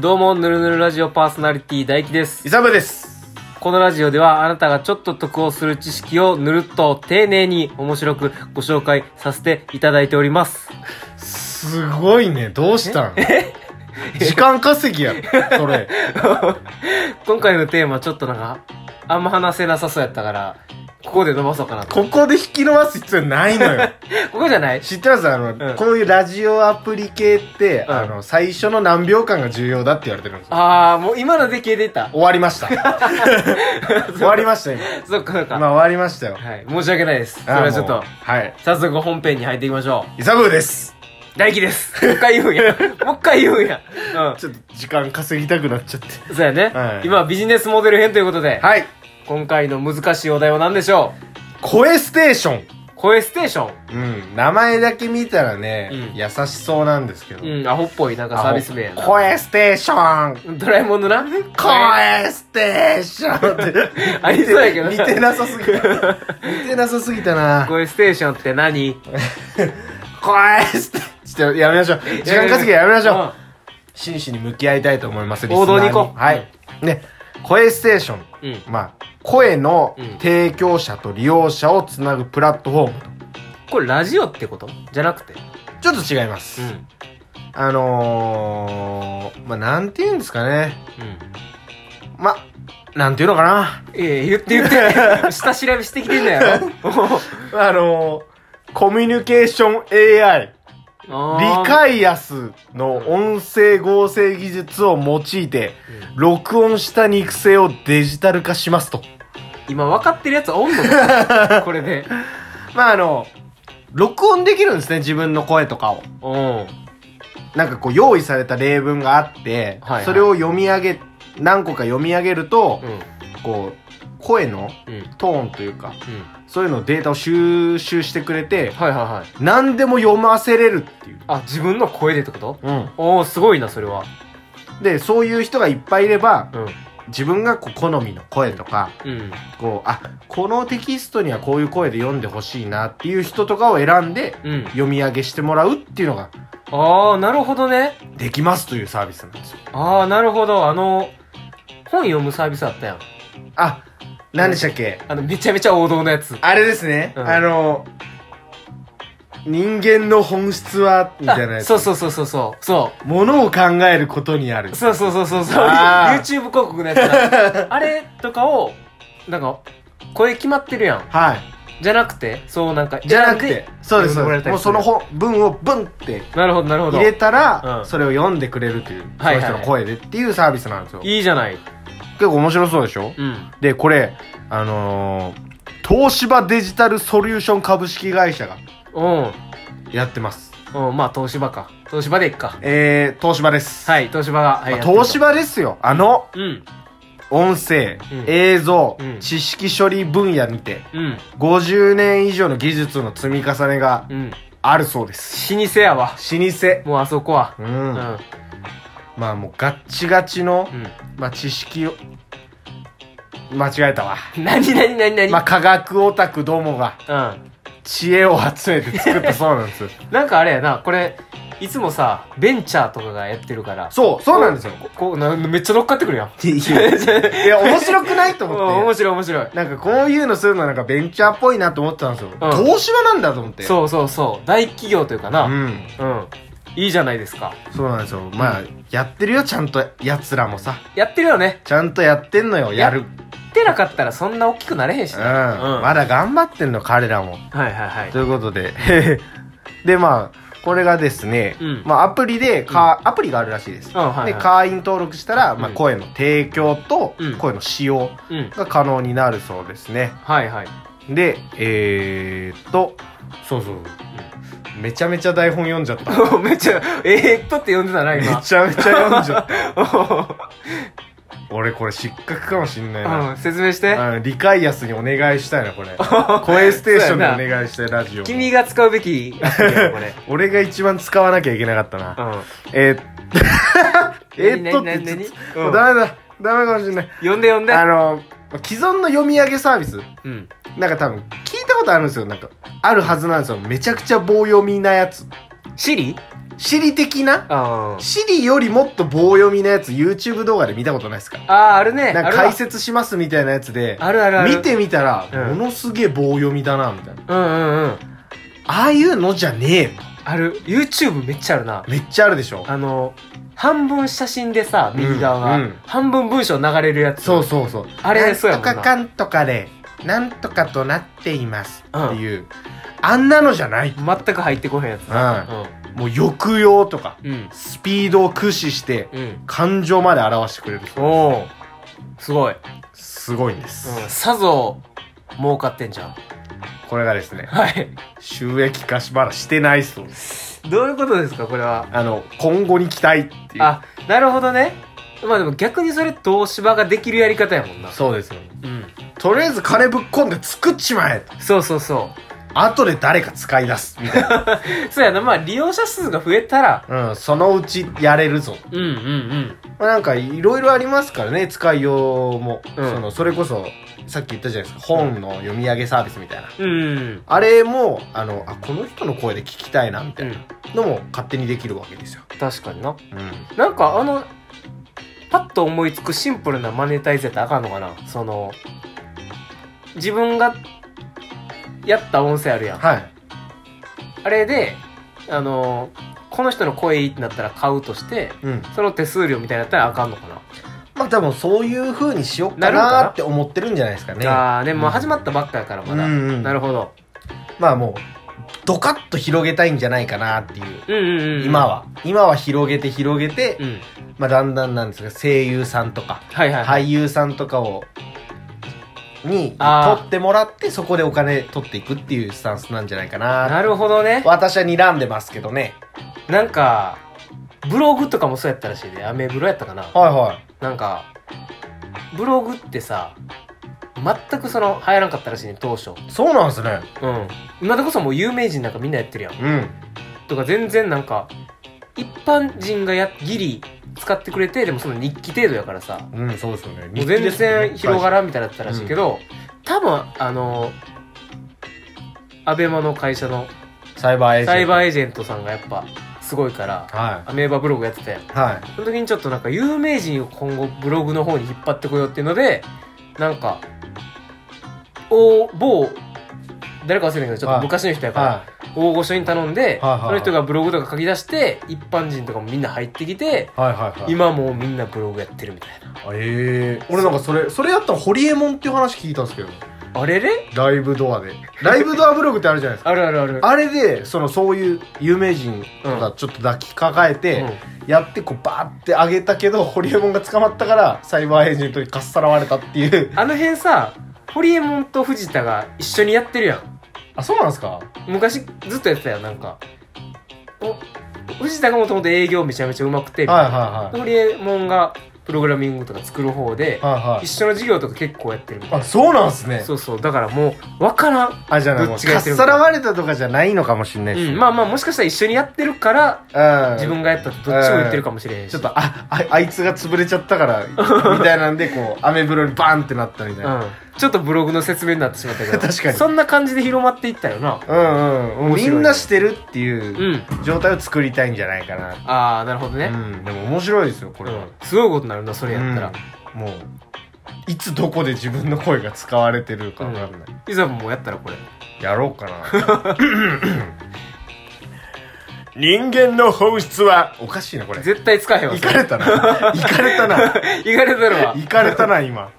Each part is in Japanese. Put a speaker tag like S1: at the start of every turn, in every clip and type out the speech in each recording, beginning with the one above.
S1: どうも、ぬるぬるラジオパーソナリティ大輝です。
S2: イサムです。
S1: このラジオでは、あなたがちょっと得をする知識をぬるっと丁寧に面白くご紹介させていただいており ます。
S2: すごいね。どうしたん時間稼ぎやろ、それ。
S1: 今回のテーマちょっとなんか、あんま話せなさそうやったから、ここで伸ばそうかなと。
S2: ここで引き伸ばす必要ないのよ。
S1: ここじゃない
S2: 知ってますあの、
S1: うん
S2: こういうラジオアプリ系って、
S1: うん
S2: あの、最初の何秒間が重要だって言われてるんですよ。
S1: あー、もう今ので消えてた。
S2: 終わりました。終わりました、今。
S1: そっかそっか。
S2: 今終わりましたよ。
S1: はい。申し訳ないです。それ
S2: あーも
S1: は
S2: う
S1: ちょっと、
S2: はい。
S1: 早速本編に入っていきましょ
S2: イサムです。
S1: う。大輝です。もう一回言 うんや。もう一回言うんや。うん。
S2: ちょっと時間稼ぎたくなっちゃって。
S1: そうやね。
S2: はい
S1: 今はビジネスモデル編ということで、
S2: はい。
S1: 今回の難しいお題は何でしょ
S2: 声ステーション。
S1: う声ステーショ
S2: うん。名前だけ見たらね、
S1: うん
S2: 優しそうなんですけど。
S1: ン。うん、アホっぽい、なんかサービス名や
S2: あ
S1: な。
S2: 声ステーション。
S1: ドラえもんのな
S2: 声ステーションって。
S1: ありそうやけどな
S2: 似てなさすぎた。似てなさすぎたな。
S1: 声ステーションって何
S2: 声ステちょっとやめましょう。時間稼ぎやめましょう。真摯に向き合いたいと思います。リスナー
S1: 王道に行こう
S2: はい。ね、声ステーション。
S1: うん。うん。
S2: まあ、声の
S1: うん
S2: 提供者と利用者をつなぐプラットフォームと。
S1: これラジオってことじゃなくて。
S2: ちょっと違います。
S1: うん。
S2: あのー、まあ、なんて言うんですかね。
S1: うん。
S2: まあ、なんて言うのかな。
S1: ええ、言って言って。 下調べしてきてんだよ。
S2: あのー、コミュニケーション AI、
S1: あー
S2: リカイアスの音声合成技術を用いて、録音した肉声をデジタル化しますと。
S1: 今分かってるやつお んのこれで。
S2: まあ、あの、録音できるんですね、自分の声とかを。
S1: うん。
S2: なんかこう、用意された例文があって、
S1: はいはい
S2: それを読み上げ、何個か読み上げると、
S1: うん。
S2: こう、声の
S1: うん。うん。
S2: トーンというか、そういうのデータを収集してくれて、
S1: はいはいはい。
S2: 何でも読ませれるっていう。
S1: あ、自分の声でってこと
S2: うん。
S1: おおすごいな、それは。
S2: で、そういう人がいっぱいいれば、
S1: うん。
S2: 自分がこう好みの声とか、
S1: うん。
S2: こう、あ、このテキストにはこういう声で読んでほしいなっていう人とかを選んで、
S1: うん。
S2: 読み上げしてもらうっていうのが
S1: ああ、なるほどね。
S2: できますというサービスなんですよ。
S1: ああ、なるほど。あの、本読むサービスあったやん。
S2: あ、何でしたっけ、
S1: あの、めちゃめちゃ王道のやつ。
S2: あれですね、
S1: うん
S2: あの、人間の本質は、みたいなや
S1: あ
S2: つ。
S1: そうそうそうそうそう。そ
S2: ものを考えることにある
S1: う。。そうそうそうそうそう。
S2: あー
S1: YouTube 広告のやつなあれとかを、なんか、声決まってるやん。
S2: はい。
S1: じゃなくて、そうなんか、
S2: じゃなくて、そうで
S1: 読
S2: す、そ
S1: ん
S2: う
S1: らえ
S2: です。
S1: たり
S2: もうその本文をブンって
S1: なるほど、なるほど
S2: 入。れたら、
S1: うん
S2: それを読んでくれるという、
S1: はいはいはい
S2: その人の声でっていうサービスなんですよ。
S1: いいじゃない。
S2: 結構面白そうでしょ
S1: うん。
S2: で、これ、あのー東芝デジタルソリューション株式会社が
S1: うん。
S2: やってます。
S1: うん、まあ、東芝か。東芝でいっか。
S2: えー、東芝です。
S1: はい、東芝が。はい
S2: まあ東芝ですよ。あの、
S1: うん。
S2: 音声、
S1: うん
S2: 映像、
S1: うん
S2: 知識処理分野にて、
S1: うん。
S2: 50年以上の技術の積み重ねが
S1: うん。
S2: あるそうです。
S1: 老舗やわ。
S2: 老舗。
S1: もうあそこは。
S2: う。
S1: うんん。
S2: まあもうガッチガチの
S1: う、ん。
S2: まあ知識を、間違えたわ。
S1: なになになになに
S2: まあ科学オタクどもが
S1: うん。
S2: 知恵を集めて作ったそうなんですよ。
S1: なんかあれやな、これ、いつもさ、ベンチャーとかがやってるから。
S2: そう、そうなんですよ。
S1: ここうな、めっちゃ乗っかってくるやん。
S2: いや、面白くないと
S1: うん面
S2: 思 って。
S1: 白い面白い。
S2: なんかこういうのするのなんかベンチャーっぽいなと思ってたんですよ。東芝なんだと思って。う。
S1: そうそうそう。大企業というかな。うん。
S2: ん。
S1: いいじゃないですか。
S2: そうなんですよ。まあ、やってるよ、ちゃんと、奴らもさ。
S1: やってるよね。
S2: ちゃんとやってんのよ、やる。
S1: やってなかったらそんな大きくなれへんし
S2: うん。
S1: ね。うん
S2: まだ頑張ってんの、彼らも。
S1: はいはいはい
S2: と。いうことで。 で、まあ、これがですね
S1: うん、
S2: まあ、アプリで、かアプリがあるらしいです。
S1: うんはいはい
S2: で、会員登録したら、まあ、
S1: うん
S2: 声の提供と
S1: うん、
S2: 声の使用
S1: うん。
S2: が可能になるそうですね。
S1: はいはい。
S2: で、えー、っと、そうそうそう。めちゃめちゃ台本読んじゃった。
S1: めっちゃ、えー、っとって呼んでたな、
S2: めちゃ
S1: 今
S2: め。ちゃ読んじゃった。
S1: う
S2: 俺これ失格かもしんない
S1: ん、説明して。
S2: な。うん、リカイアスにお願いしたいな、これ。声ステーションにお願いしたいラジオ。
S1: 君が使うべきやつやん、これ。
S2: 俺が一番使わなきゃいけなかった
S1: う
S2: な。
S1: ん。
S2: えー、えーっとって
S1: 何何
S2: 言っ
S1: 何
S2: ちゃった
S1: 何
S2: もうダメだ。ダメかもしんない。
S1: 呼んで呼んで。
S2: あの、既存の読み上げサービス。
S1: うん。
S2: なんか多分、聞いたことあるんですよ。なんか、あるはずなんですよ。めちゃくちゃ棒読みなやつ。
S1: シリ
S2: シリ的な
S1: あー
S2: シリよりもっと棒読みなやつ YouTube 動画で見たことないですか
S1: あー、あるね。
S2: なんか
S1: あるわ
S2: 解説しますみたいなやつで、
S1: あるあるある。
S2: 見てみたら、
S1: うん
S2: ものすげえ棒読みだな、みたいな。
S1: うんうんうん。
S2: ああいうのじゃねえよ。
S1: ある。YouTube めっちゃあるな。
S2: めっちゃあるでしょ。
S1: あの、半分写真でさ、右側が、
S2: うんうん
S1: 半分文章流れるやつ。
S2: そうそうそう。
S1: あれそうや
S2: な
S1: も
S2: ん
S1: んな
S2: とかかんとかで、なんとかとなっています。
S1: うん
S2: っていう、あんなのじゃない。
S1: 全く入ってこへんやつ。
S2: うん。もう抑揚とか、
S1: うん。
S2: スピードを駆使して、
S1: うん。
S2: 感情まで表してくれる。
S1: うん。おお。すごい。
S2: すごいんです。
S1: うん。さぞ、儲かってんじゃん。
S2: これがですね、
S1: はい。
S2: 収益化しまだしてないそうです。
S1: どういうことですか、これは。
S2: あの、今後に期待っていう。
S1: あ、なるほどね。まあでも逆にそれ、東芝ができるやり方やもんな。
S2: そうですよ。
S1: うん。
S2: とりあえず金ぶっ込んで作っちまえと。
S1: そうそうそ
S2: 後で誰か使い出す。みたい な。
S1: う。そうやな、まあ利用者数が増えたら、
S2: うん、そのうちやれるぞ。
S1: うんうんうん。
S2: まあなんかいろいろありますからね、使いようも。
S1: うん
S2: その、それこそ、さっき言ったじゃないですか、本の読み上げサービスみたいな。
S1: うん。
S2: あれも、あの、あ、この人の声で聞きたいな、みた
S1: う。
S2: いなんのも勝手にできるわけですよ。
S1: 確かにな。
S2: うん。
S1: なんかあの、パッと思いつくシンプルなマネタイズやったらあかんのかなその、自分がやった音声あるやん。
S2: はい。
S1: あれで、あの、この人の声いいってなったら買うとして、
S2: うん。
S1: その手数料みたいなやったらあかんのかな、
S2: まあ多分そういう風にしようか
S1: なるのか
S2: な
S1: な
S2: って思ってるんじゃないですかね。
S1: ああ、ね、もう
S2: うん
S1: 始まったばっかやからまだ。
S2: うんうん
S1: なるほど。
S2: まあもう、ドカッと広げたいんじゃないかなっていう。
S1: うんうんうん。
S2: 今。は。今は広げて広げて、
S1: うん。
S2: まあだんだんなんですが、声優さんとか、
S1: はいはい。
S2: 俳優さんとかを、に、
S1: あー
S2: 取ってもらって、そこでお金取っていくっていうスタンスなんじゃないかな。
S1: なるほどね。
S2: 私は睨んでますけどね。
S1: なんか、ブログとかもそうやったらしいで、アメブロやったかな。
S2: はいはい。
S1: なんか、ブログってさ、全くその、流行らんかったらしいね、当初。
S2: そうなんですね。
S1: うん。今でこそもう有名人なんかみんなやってるやん。
S2: うん。
S1: とか全然なんか、一般人がや、ギリ使ってくれて、でもその日記程度やからさ、
S2: うん、そうですよね。
S1: もう全然広が
S2: ら
S1: らんみたいだったらしいけど、多分、あの、アベマの会社の
S2: サイバーエージェント
S1: サイバーエージェントさんがやっぱ、すごいから、
S2: は
S1: アメーバブログやってたやん。
S2: い。はい。
S1: その時にちょっとなんか有名人を今後ブログの方に引っ張ってこようっていうので、なんか、お某、誰か忘れたけど、ちょっ
S2: は
S1: と
S2: い
S1: 昔の人やから、
S2: は
S1: 大御所に頼んで、
S2: はいはいはい
S1: その人がブログとか書き出して、一般人とかもみんな入ってきて、
S2: い。はいはいはい。
S1: 今もうみんなブログやってるみたいな。
S2: ええ俺なんかそれ、それやったらホリエモンっていう話聞いたんですけど、
S1: あれれ
S2: ライブドアで。ライブドアブログってあるじゃない ですか。
S1: あるあるある。
S2: あれで、その、そういう有名人とかちょっと抱きかかえて、やってこうバーって上げたけど、ホリエモンが捕まったから、サイバーエージェントにかっさらわれたっていう。
S1: あの辺さ、ホリエモンと藤田が一緒にやってるやん。
S2: あ、そうなんですか
S1: 昔ずっとやってたやん、なんか。お藤田がもともと営業めちゃめちゃうまくて、みたい
S2: はい
S1: な
S2: はいはい。
S1: ホリエモンがプログラミングとか作る方で、
S2: はい
S1: 一緒の授業とか結構やってるみた
S2: はいい。あ、そうなんすね。
S1: そうそう、だからもう、わからん。
S2: あ、じゃあ、
S1: ど
S2: も
S1: っ
S2: う
S1: ちが
S2: か
S1: や
S2: っ
S1: ってるの
S2: さらわれたとかじゃないのかもしれないです、
S1: うん、まあまあ、もしかしたら一緒にやってるから、
S2: あ、うん。
S1: 自分がやったってどっちも言ってるかもしれへんし。
S2: ちょっと、あ、あ、あいつが潰れちゃったから、みたいなんで、こう、アメブロにバーンってなったみたいな。
S1: うん。ちょっとブログの説明になってしまったけど。
S2: 確かに
S1: そんな感じで広まっていったよな。
S2: うんうん。
S1: 面
S2: み
S1: 白いね
S2: んなしてるって
S1: う。
S2: いうん状態を作りたいんじゃないかな。
S1: ああ、なるほどね。
S2: うん。でも面白いですよ、こ
S1: う
S2: れは
S1: ん。。すごいことになるな、それやったら。
S2: うんもう、いつどこで自分の声が使われてるかわかんない。
S1: いざもうやったらこれ。
S2: やろうかな。 人間の本質は、おかしいな、これ。
S1: 絶対使えへんわ。
S2: いかれたな。 いかれたな。
S1: いかれてるわ
S2: い。かれたな、今。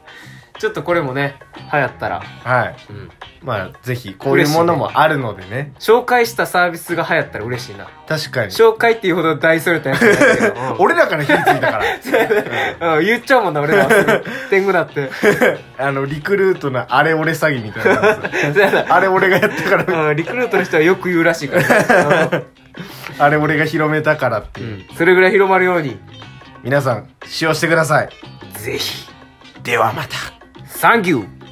S1: ちょっとこれもね、流行ったら。
S2: はい。
S1: うん。
S2: まあ、ぜひ、こういうものもあるのでね。
S1: 紹介したサービスが流行ったら嬉しいな。
S2: 確かに。
S1: 紹介っていうほど大それたやつじゃないけど。 うん
S2: 俺らから火ついたから。
S1: うん、言っちゃうもんな、俺らは。天狗だって。
S2: あの、リクルートのあれ俺詐欺みたいなやつ。
S1: そうやな
S2: あれ俺がやったから、
S1: うん、リクルートの人はよく言うらしいからね、
S2: あれ俺が広めたからって
S1: う
S2: いう。
S1: ん、それぐらい広まるように、
S2: 皆さん、使用してください。
S1: ぜひ、
S2: ではまた。
S1: サンキュー